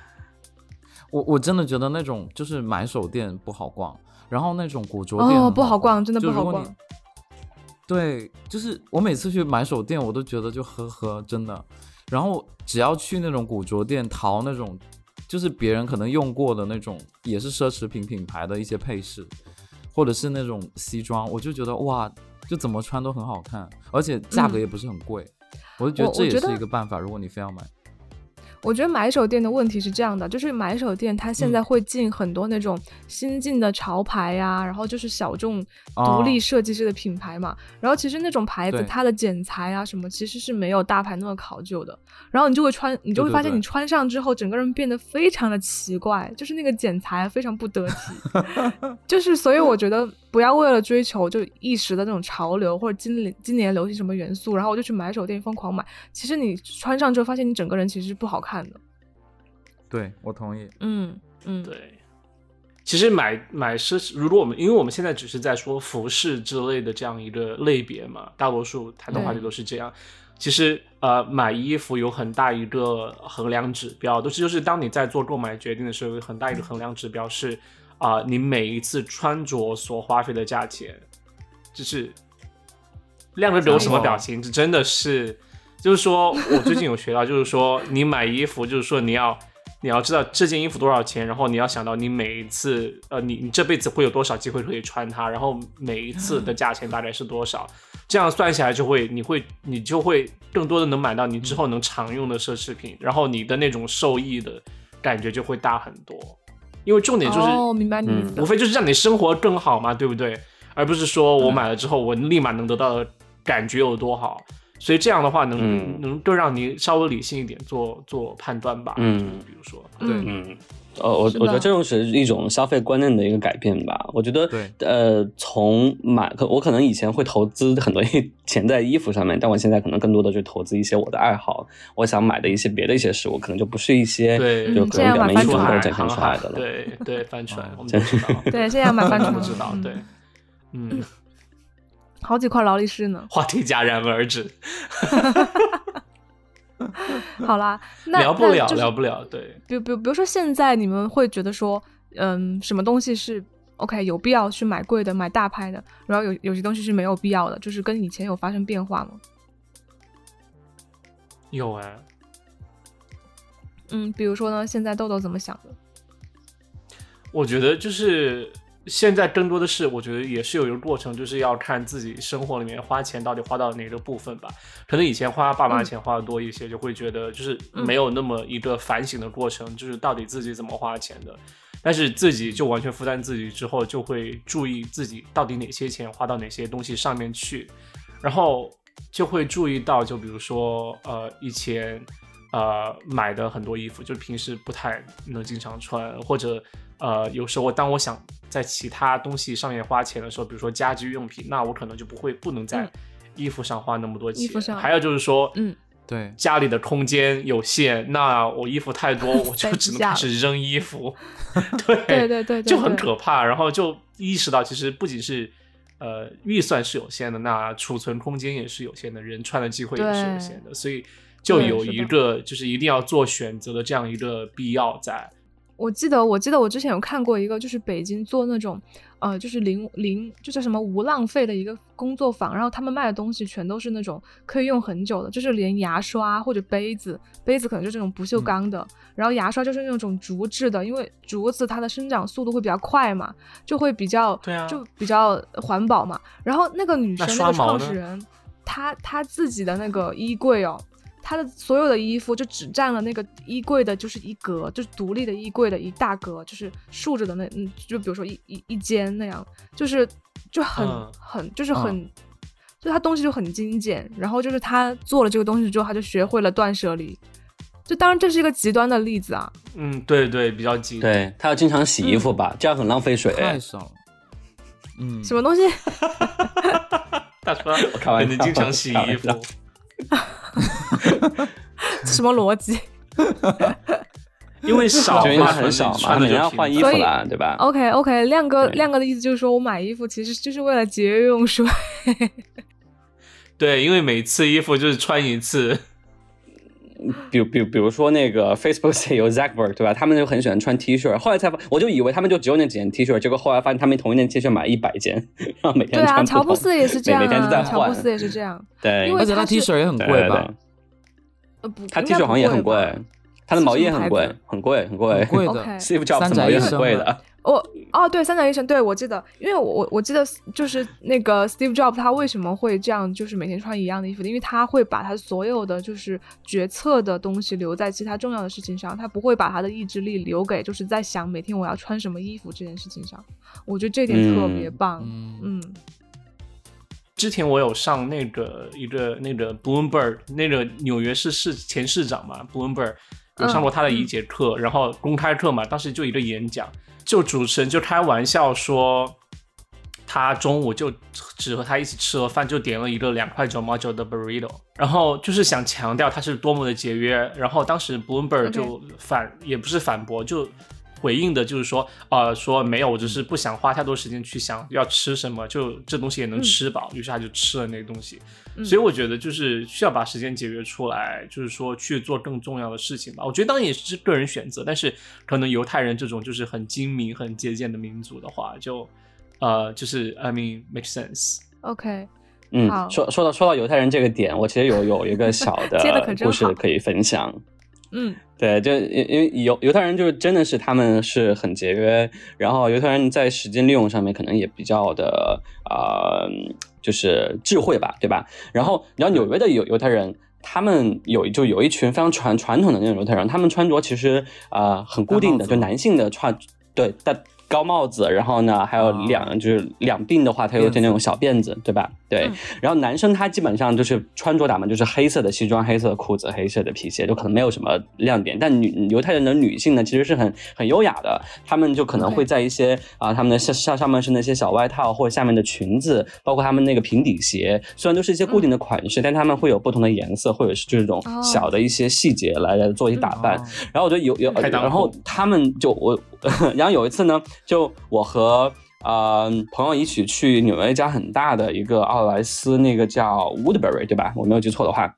我我真的觉得那种就是买手店不好逛，然后那种古着店
哦
很
不好逛真的
就
不好
如果你
逛
对，就是我每次去买手店，我都觉得就呵呵，真的。然后只要去那种古着店淘那种，就是别人可能用过的那种，也是奢侈品品牌的一些配饰，或者是那种西装，我就觉得哇，就怎么穿都很好看，而且价格
嗯
也不是很贵，我就觉
我
得这
我
也
觉
是
得
一个办法。如果你非要买，
我觉得买手店的问题是这样的，就是买手店它现在
嗯
会进很多那种新进的潮牌呀、然后就是小众独
哦
立设计师的品牌嘛。然后其实那种牌子
对
它的剪裁啊什么，其实是没有大牌那么考究的。然后你就会穿，你就会
对对
发现
对
你穿上之后，整个人变得非常的奇怪，就是那个剪裁非常不得体。就是所以我觉得不要为了追求就一时的那种潮流或者今年今年流行什么元素，然后我就去买手店疯狂买。其实你穿上之后，发现你整个人其实是不好看的。
对我同意。
嗯嗯，
对，其实买买奢侈，如果我们因为我们现在只是在说服饰之类的这样一个类别嘛，大多数谈的话题
对
都是这样。其实呃，买衣服有很大一个衡量指标，都是就是当你在做购买决定的时候，有很大一个衡量指标是啊、你每一次穿着所花费的价钱，就是亮着给我什么表情，这真的是。就是说，我最近有学到，就是说，你买衣服，就是说你要你要知道这件衣服多少钱，然后你要想到你每一次，呃，你你这辈子会有多少机会可以穿它，然后每一次的价钱大概是多少，这样算下来就会，你会你就会更多的能买到你之后能常用的奢侈品，然后你的那种受益的感觉就会大很多，因为重点就是
哦，明白你意
嗯
思了。
无非就是让你生活更好嘛，对不对？而不是说我买了之后，我立马能得到的感觉有多好。所以这样的话能，能、
嗯
更让你稍微理性一点做做判断吧。
嗯
就是比如说，
嗯
嗯，呃，我我
是
觉
吧
得这种是一种消费观念的一个改变吧。我觉得
对，
呃，从买，可我可能以前会投资很多 钱在衣服上面，但我现在可能更多的去投资一些我的爱好，我想买的一些别的一些事物，可能就不是一些
对
就
嗯
可
这
能
样吧
表面
翻
衣服
船
或
儿
者展现出来的了。
对对，帆船
哦，
我们都知道，
对，现在买帆
我
船
们知道，对
嗯，
嗯，
好几块劳力士呢。
话题戛然而止，
好啦，那
聊不了，
那就是
聊不了，对。
比如比如比如说现在你们会觉得说，嗯，什么东西是 OK 有必要去买贵的、买大牌的，然后有有些东西是没有必要的，就是跟以前有发生变化吗？
有哎，
嗯，比如说呢，现在豆豆怎么想的？
我觉得就是现在更多的是，我觉得也是有一个过程，就是要看自己生活里面花钱到底花到哪个部分吧。可能以前花爸妈钱花的多一些，就会觉得就是没有那么一个反省的过程，就是到底自己怎么花钱的。但是自己就完全负担自己之后，就会注意自己到底哪些钱花到哪些东西上面去，然后就会注意到，就比如说呃以前呃买的很多衣服，就平时不太能经常穿，或者呃有时候我当我想在其他东西上面花钱的时候，比如说家居用品，那我可能就不会不能在
嗯
衣服上花那么多钱。
衣服上
还有就是说，
嗯，
对，
家里的空间有限，那我衣服太 多，我
塞
就
不
只能
下
开始扔 衣服。对
对对对对，
哎就很
对
可怕。然后就意识到，其实不仅是呃预算是有限的，那储存空间也是有限的，人穿的机会也是有限的，所以就
对
有
是的
一个就是一定要做选择的这样一个必要在。
我记得，我记得我之前有看过一个，就是北京做那种，呃，就是零零，就叫什么无浪费的一个工作坊，然后他们卖的东西全都是那种可以用很久的，就是连牙刷或者杯子，杯子可能就是那种不锈
嗯
钢的，然后牙刷就是那种竹制的，因为竹子它的生长速度会比较快嘛，就会比较，
对啊
就比较环保嘛。然后那个女
那
生，那
刷
个创
毛呢
始人，她她自己的那个衣柜哦，她的所有的衣服就只占了那个衣柜的，就是一格，就是独立的衣柜的一大格，就是竖着的那，嗯，就比如说一一一间那样，就是就很、
嗯
很就是很。就她东西就很精简，然后就是她做了这个东西之后，她就学会了断舍离。就当然这是一个极端的例子啊，
嗯，对对，比较紧。
对，他要经常洗衣服
嗯
吧，这样很浪费水。
太少了。嗯，
什么东西
大 川，我
开玩笑
你经常洗衣服
开玩，
什么逻 辑
因为 少
就 因为
嘛，
他很少嘛，他
穿
每
的
天
就
要
频
换
繁
衣服
所以
啦，对吧？
？OK OK，亮哥
对
亮哥的意思就是说我买衣服其实就是为了节约用 水。
对，因为每次衣服就是穿一次。
比比比如说那个 Facebook 有 z a c k b e r g 对吧？他们就很喜欢穿 T 恤，后来才发，我就以为他们就只有那几件 T 恤，结果后来发现他们同一件 T 恤买一百件，然后每
对
天
啊，
穿
乔
不
布
同。
斯也是这样
每天都在
啊，
换
乔布斯也是这样。
对，
因为
而且他
它是
T 恤也很
对
贵吧？
呃不，
他
应
T
该
恤
不
好像也很
吧
贵，他的毛衣也很贵
是什么牌，
很贵，很贵，
很贵
，OK
的，
Steve Jobs
三
的毛
宅
衣
一
很
生
贵
的
的，
我哦，对，三角医生，对我记得，因为我我我记得就是那个 Steve Jobs 他为什么会这样，就是每天穿一样的衣服的，因为他会把他所有的就是决策的东西留在其他重要的事情上，他不会把他的意志力留给就是在想每天我要穿什么衣服这件事情上。我觉得这点特别棒，
嗯，
嗯，
之前我有上那个一个那个 Bloomberg 那个纽约市市前市长嘛，Bloomberg 有上过他的一节课，然后公开课嘛，当时就一个演讲，就主持人就开玩笑说，他中午就只和他一起吃了饭，就点了一个两块九毛九的 burrito，然后就是想强调他是多么的节约，然后当时 Bloomberg
OK
就反也不是反驳就。回应的就是说，呃，说没有，我只是不想花太多时间去想要吃什么，就这东西也能
嗯
吃饱，于是他就吃了那个东西。
嗯
所以我觉得就是需要把时间节约出来，就是说去做更重要的事情吧。我觉得当然也是个人选择，但是可能犹太人这种就是很精明、很节俭的民族的话，就呃，就是 I mean make sense。
OK，好
嗯，说说到说到犹太人这个点，我其实有有一个小
接得可
的
真
故事
好
可以分享。
嗯
对，就因因为犹犹太人就是真的是他们是很节约，然后犹太人在时间利用上面可能也比较的呃，就是智慧吧，对吧？然后你知道纽约的犹犹太人，他们有就有一群非常传传统的那种犹太人，他们穿着其实呃很固定的，
戴帽子
就男性的穿对戴高帽子，然后呢还有
啊
两、就是两鬓的话，他有
辫子
点那种小辫子，对吧？对，
嗯
然后男生他基本上就是穿着打扮就是黑色的西装、黑色的裤子、黑色的皮鞋，就可能没有什么亮点。但女犹太人的女性呢，其实是很很优雅的，她们就可能
OK
会在一些啊、她们的下下上半身的一些小外套或者下面的裙子，包括她们那个平底鞋，虽然都是一些固定的款式，但她们会有不同的颜色，或者是这种
哦
小的一些细节来来做一些打扮。
哦
然后我就有有，
开裆裤
然后他们就我， 然后有一次呢，就我和呃朋友一起去纽约一家很大的一个奥莱斯，那个叫 Woodbury 对吧？我没有记错的话。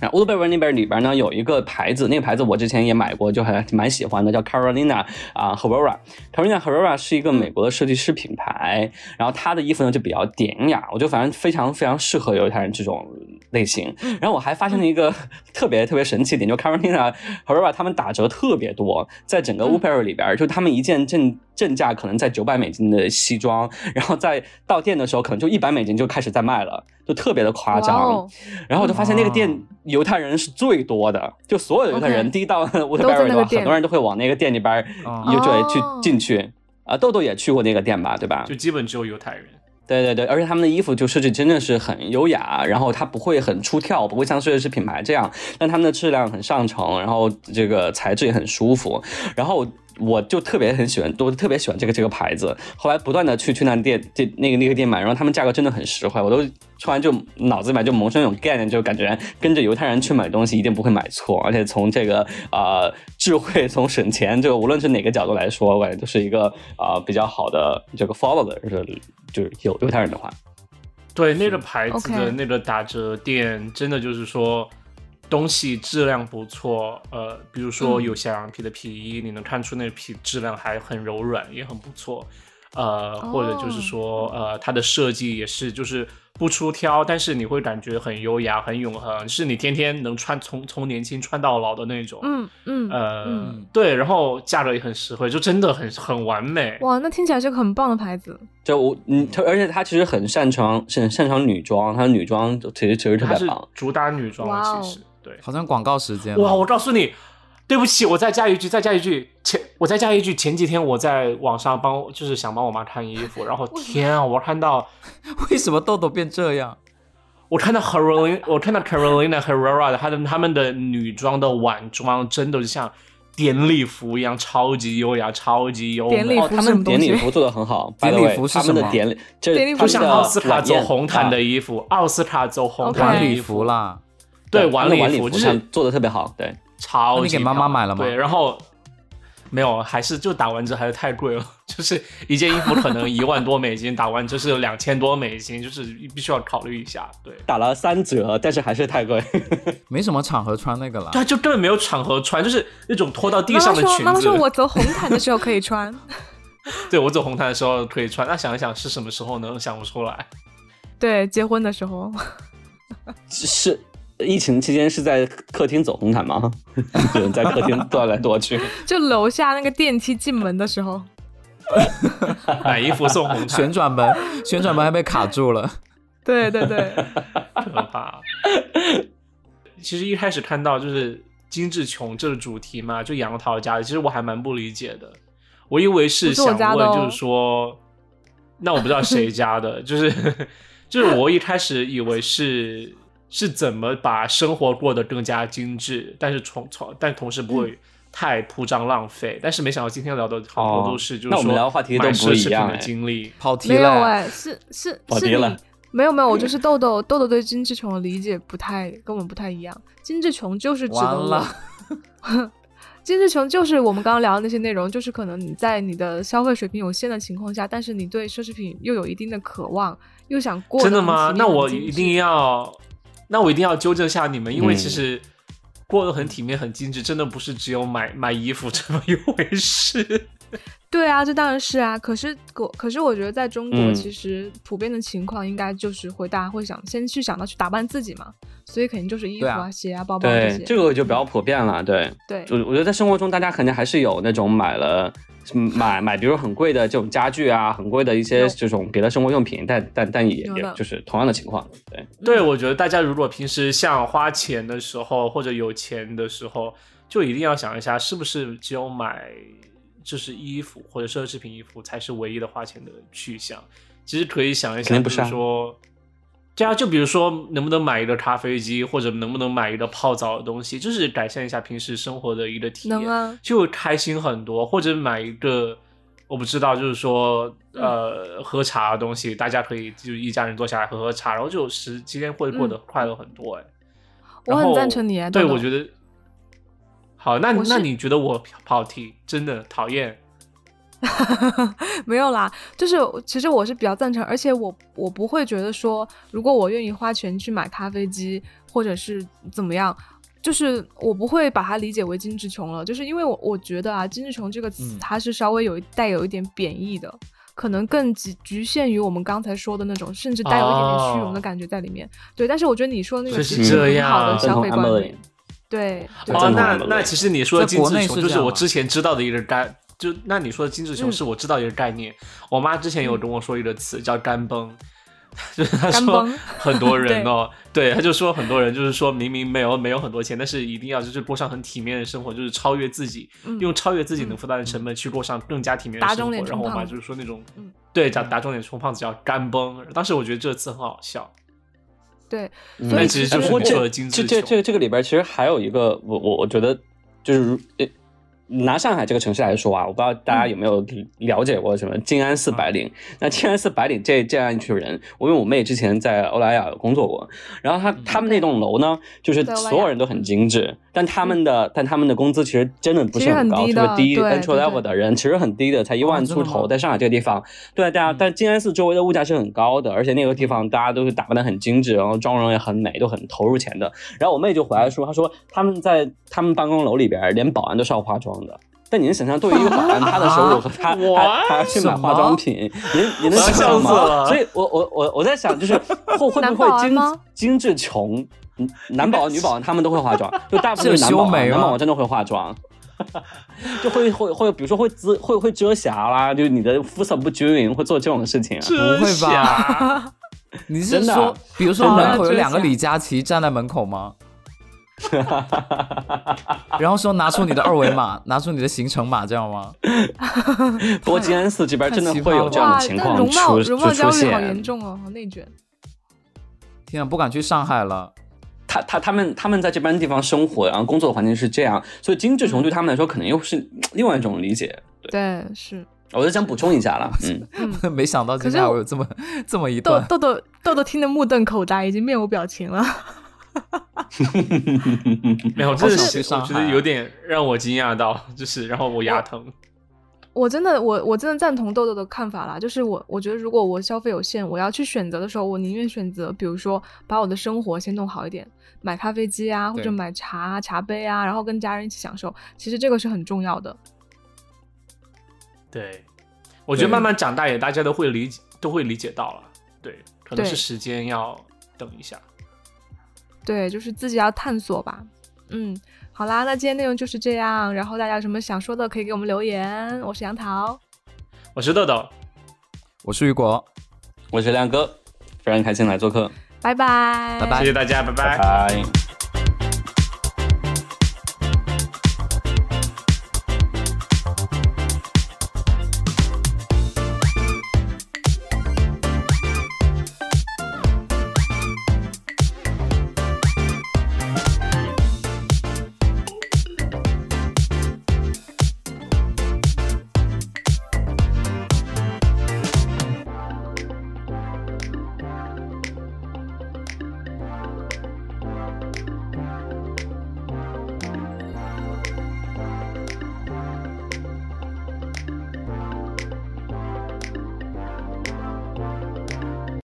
然后 Woodbury 那边里边呢有一个牌子，那个牌子我之前也买过，就还蛮喜欢的，叫 Carolina 啊、Herrera。Carolina Herrera 是一个美国的设计师品牌，然后她的衣服呢就比较典雅，我就反正非常非常适合犹太人这种类型。
嗯
然后我还发现了一个特别特别神奇的点，就 Carolina Herrera 他们打折特别多，在整个
嗯
Uber 里边儿，就他们一件正正价可能在九百美金的西装，然后在到店的时候可能就一百美金就开始在卖了，就特别的夸张。
哇哦嗯
然后我就发现那个
哇
店犹太人是最多的，就所有犹太
OK
人第一到 Woodbury
都在那
的
个
话，
店
很多人都会往那个店里边儿
哦
就对去
哦
进去。啊，豆豆也去过那个店吧，对吧？
就基本只有犹太人。
对对对，而且他们的衣服就设计真的是很优雅，然后它不会很出跳，不会像设计师品牌这样，但他们的质量很上乘，然后这个材质也很舒服，然后。我就特别很喜欢，都特别喜欢这个这个牌子。后来不断的去去那店，这那个那个店买，然后他们价格真的很实惠，我都突然就脑子里面就萌生一种概念，就感觉跟着犹太人去买东西一定不会买错，而且从这个呃智慧，从省钱，这个无论是哪个角度来说，我感觉都是一个呃比较好的这个 follow 的，就是就是犹犹太人的话，
对，那个牌子
OK
的那个打折店，真的就是说东西质量不错。呃，比如说
嗯
有小羊皮的皮衣，你能看出那皮质量还很柔软，也很不错。呃，
哦
或者就是说，呃，它的设计也是就是不出挑，但是你会感觉很优雅、很永恒，是你天天能穿从从年轻穿到老的那种。
嗯嗯，
呃，
嗯
对，然后价格也很实惠，就真的很很完美。
哇，那听起来是个很棒的牌子，
就我嗯，他而且他其实很擅长，很擅长女装，他的女装其实其实特
它
别
是
棒。
主打女装
哇哦
的，其实对。
好像广告时间了
哇！我告诉你，对不起，我再加一句，再加一句，前我再加一句，前几天我在网上帮，就是想帮我妈看衣服，然后
为什么
天啊，我看到
为什么豆豆变这样？
我看到 Carolina，我看到 Carolina Herrera 的她的她们的女装的晚装，真的就像典礼服一样，超级优雅，超级优美，
典礼
哦，
服
他
是什么
们
东
典
西
礼服做的 很好，
典
by
礼
the way，
服是
他们的
什么
典礼，这
典礼服
就是像
他们的
奥斯卡
晚
走
宴
红毯
啊
的衣服，奥斯卡走红
OK
毯
晚
的
礼
衣
服
服，
啦，
对，
他
晚
们的
礼
晚礼
服
服
就
上
是
做的特别好，对。
超级
那你给妈妈
漂亮
买了吗
对，然后没有，还是就打完折还是太贵了，就是一件衣服可能一万多美金，打完折是两千多美金，就是必须要考虑一下。对，
打了三折，但是还是太贵。
没什么场合穿那个啦。
对，啊就根本没有场合穿，就是那种拖到地
妈妈
上的
说，妈
裙
妈
子。
说我走红毯的时候可以穿，
对我走红毯的时候可以穿，那想一想是什么时候呢？想不出来。
对，结婚的时候，
是疫情期间是在客厅走红毯吗？ 有人在客厅踱来踱去。
哦就楼下那个电梯进门的时候，
买衣服送红毯
旋，转门，旋转门还被卡住了。
对对 对，
可怕。其实一开始看到就是精致穷这个主题嘛，就杨桃家的，其实我还蛮不理解的。我以为是
不是我
想
家的
问，
哦
就是说，那我不知道谁家 的，就是就是我一开始以为是是怎么把生活过得更加精致，但是从从但同时不
嗯
会太铺张浪费。但是没想到今天聊的好
哦
多都是就是
那我们
说
聊话题都
买
不
奢
一
侈
样
品的
哎
经历。
跑题
没有
了，
哎，是是
跑
是
题了
你没有没有，我就是豆豆豆豆对精致穷的理解不太跟我们不太一样，精致穷就是指
完
的
了
我。 精致穷就是我们刚刚聊的那些内容，就是可能你在你的消费水平有限的情况下，但是你对奢侈品又有一定的渴望，又想过
真
得
的
很
吗
体？面
那
很
我
精
一
致
定要，那我一定要纠正一下你们，因为
嗯
其实过得很体面、很精致，真的不是只有买买衣服这么一回事。
对啊，这当然是啊。可是可可是，我觉得在中国，
嗯
其实普遍的情况应该就是会大家会想先去想到去打扮自己嘛，所以肯定就是衣服
对
啊、
啊
鞋啊、包包这
对
些。，
这个就比较普遍了。对，
对
我我觉得在生活中，大家肯定还是有那种买了嗯买买，比如很贵的这种家具啊，很贵的一些
有
这种别的生活用品，但但但也
有
也
的
就是同样的情况。对，
对，我觉得大家如果平时像花钱的时候，或者有钱的时候，就一定要想一下，是不是只有买就是衣服或者奢侈品衣服才是唯一的花钱的去向？其实可以想一
肯
想，
定
比
不
如
是啊
说，对啊，就比如说能不能买一个咖啡机，或者能不能买一个泡澡的东西，就是改善一下平时生活的一个体验。
能啊，
就会开心很多，或者买一个我不知道，就是说
嗯
呃喝茶的东西，大家可以就一家人坐下来喝喝茶，然后就时今天会过得快乐很多哎、
嗯我
然
很
后
赞成你啊。
对，
豆豆
我觉得好，那
我是
那你觉得我跑题真的讨厌？
没有啦，就是其实我是比较赞成，而且我我不会觉得说，如果我愿意花钱去买咖啡机或者是怎么样，就是我不会把它理解为精致穷了，就是因为我我觉得啊，精致穷这个词
嗯
它是稍微有一带有一点贬义的。可能更局局限于我们刚才说的那种，甚至带有一点点虚荣的
哦
感觉在里面。对，但是我觉得你说的那个
是
其实
这
很好的
样啊
消费观
赞同 Emily
念，对，对
我
哦
赞，同
那
Emily
那其实你说的
在
精
国
致
内
穷
是
就
这
是
样
我
吗
之前知道的一个概，就那你说的精致穷
嗯
是我知道的一个概念。我妈之前有跟我说一个词叫“干崩”， 就是她
干
说
崩
很多人哦，对，她就说很多人就是说明明没有没有很多钱，但是一定要就是过上很体面的生活，就是超越自己，
嗯
用超越自己能负担的成本去过上更加体面的
打
生
肿
活。
脸
然后我
充
妈
胖
就是说那种
嗯，
对，打打肿脸充胖子叫“干崩”。当时我觉得这个词很好笑，
对，
嗯
所
但
以
其实
哎
就是
不过
没错
这
的精
这
致
这这
穷。
这个里边其实还有一个，我我我觉得就是如呃拿上海这个城市来说啊，我不知道
嗯
大家有没有了解过什么静安寺白领。那静安寺白领这这样一群人，我因为我妹之前在欧莱雅有工作过，然后她他们那栋楼呢，就是
嗯在欧莱雅嗯
所有人都很精致，但他们的但他们的工资其实真的不
其
是
实
很
很
高，
低
特别
的
低
对
entry
对
level
对
的人其实很低的，才一
哦
万
真的
出头，
吗
在上海这个地方，对，啊大家，
嗯
但静安寺周围的物价是很高的，而且那个地方大家都是打扮的很精致，然后妆容也很美，都很投入钱的。然后我妹就回来说，她说他们在他们办公楼里边，连保安都是要化妆的。但你能想象，对于一个保安，他的收入和 他他他去买化妆品，您您能想象
我要笑死
吗？
了
所以我我我我在想，就是会会不
男保
会
安
精
吗
精致穷？嗯男保安、女保安他们都会化妆，就大部分
是有
是男保
修眉
安，
吗
男保安真的会化妆。就会会会，比如说会遮会会遮瑕啦，就是你的肤色不均匀，会做这种事情啊。
这
不会吧
下
你是
真的啊
说，比如说
真的啊
门口有
真的
两个
假
李佳琦站在门口 吗？然后说拿出你的二维码， 拿出你的行程码，这样吗？
不过静安寺这边真的会有这样
哇
的，情
但
况
容貌
出
容
出
貌焦
出
虑好严
现。
重哦，好内卷。
天啊，不敢去上海了。
他他他们他们在这边地方生活，然后工作的环境是这样，所以精
嗯
致穷对他们来说可能又是另外一种理解。
对，是。
我就想补充一下了， 嗯，
没想到今天
可是
还
我
有这么这么一
豆
段，
豆豆豆豆听得目瞪口呆，已经面无表情了。
没有，真的
想
是
去上
我觉
海
得
啊
有点让我惊讶到， 就是然后我牙疼。
我真的，我我真的赞同豆豆的看法啦。就是我，我觉得如果我消费有限，我要去选择的时候，我宁愿选择，比如说把我的生活先弄好一点，买咖啡机啊，或者
对
买茶啊、茶杯啊，然后跟家人一起享受。其实这个是很重要的。
对，我觉得
对
慢慢长大也大家都会理解，都会理解到了。对，可能
对
是时间要等一下。
对，就是自己要探索吧。嗯，好啦，那今天内容就是这样。然后大家有什么想说的，可以给我们留言。我是杨桃，
我是豆豆，
我是雨果，
我是亮哥，非常开心来做客，
拜拜，
拜拜
谢谢大家，拜
拜拜。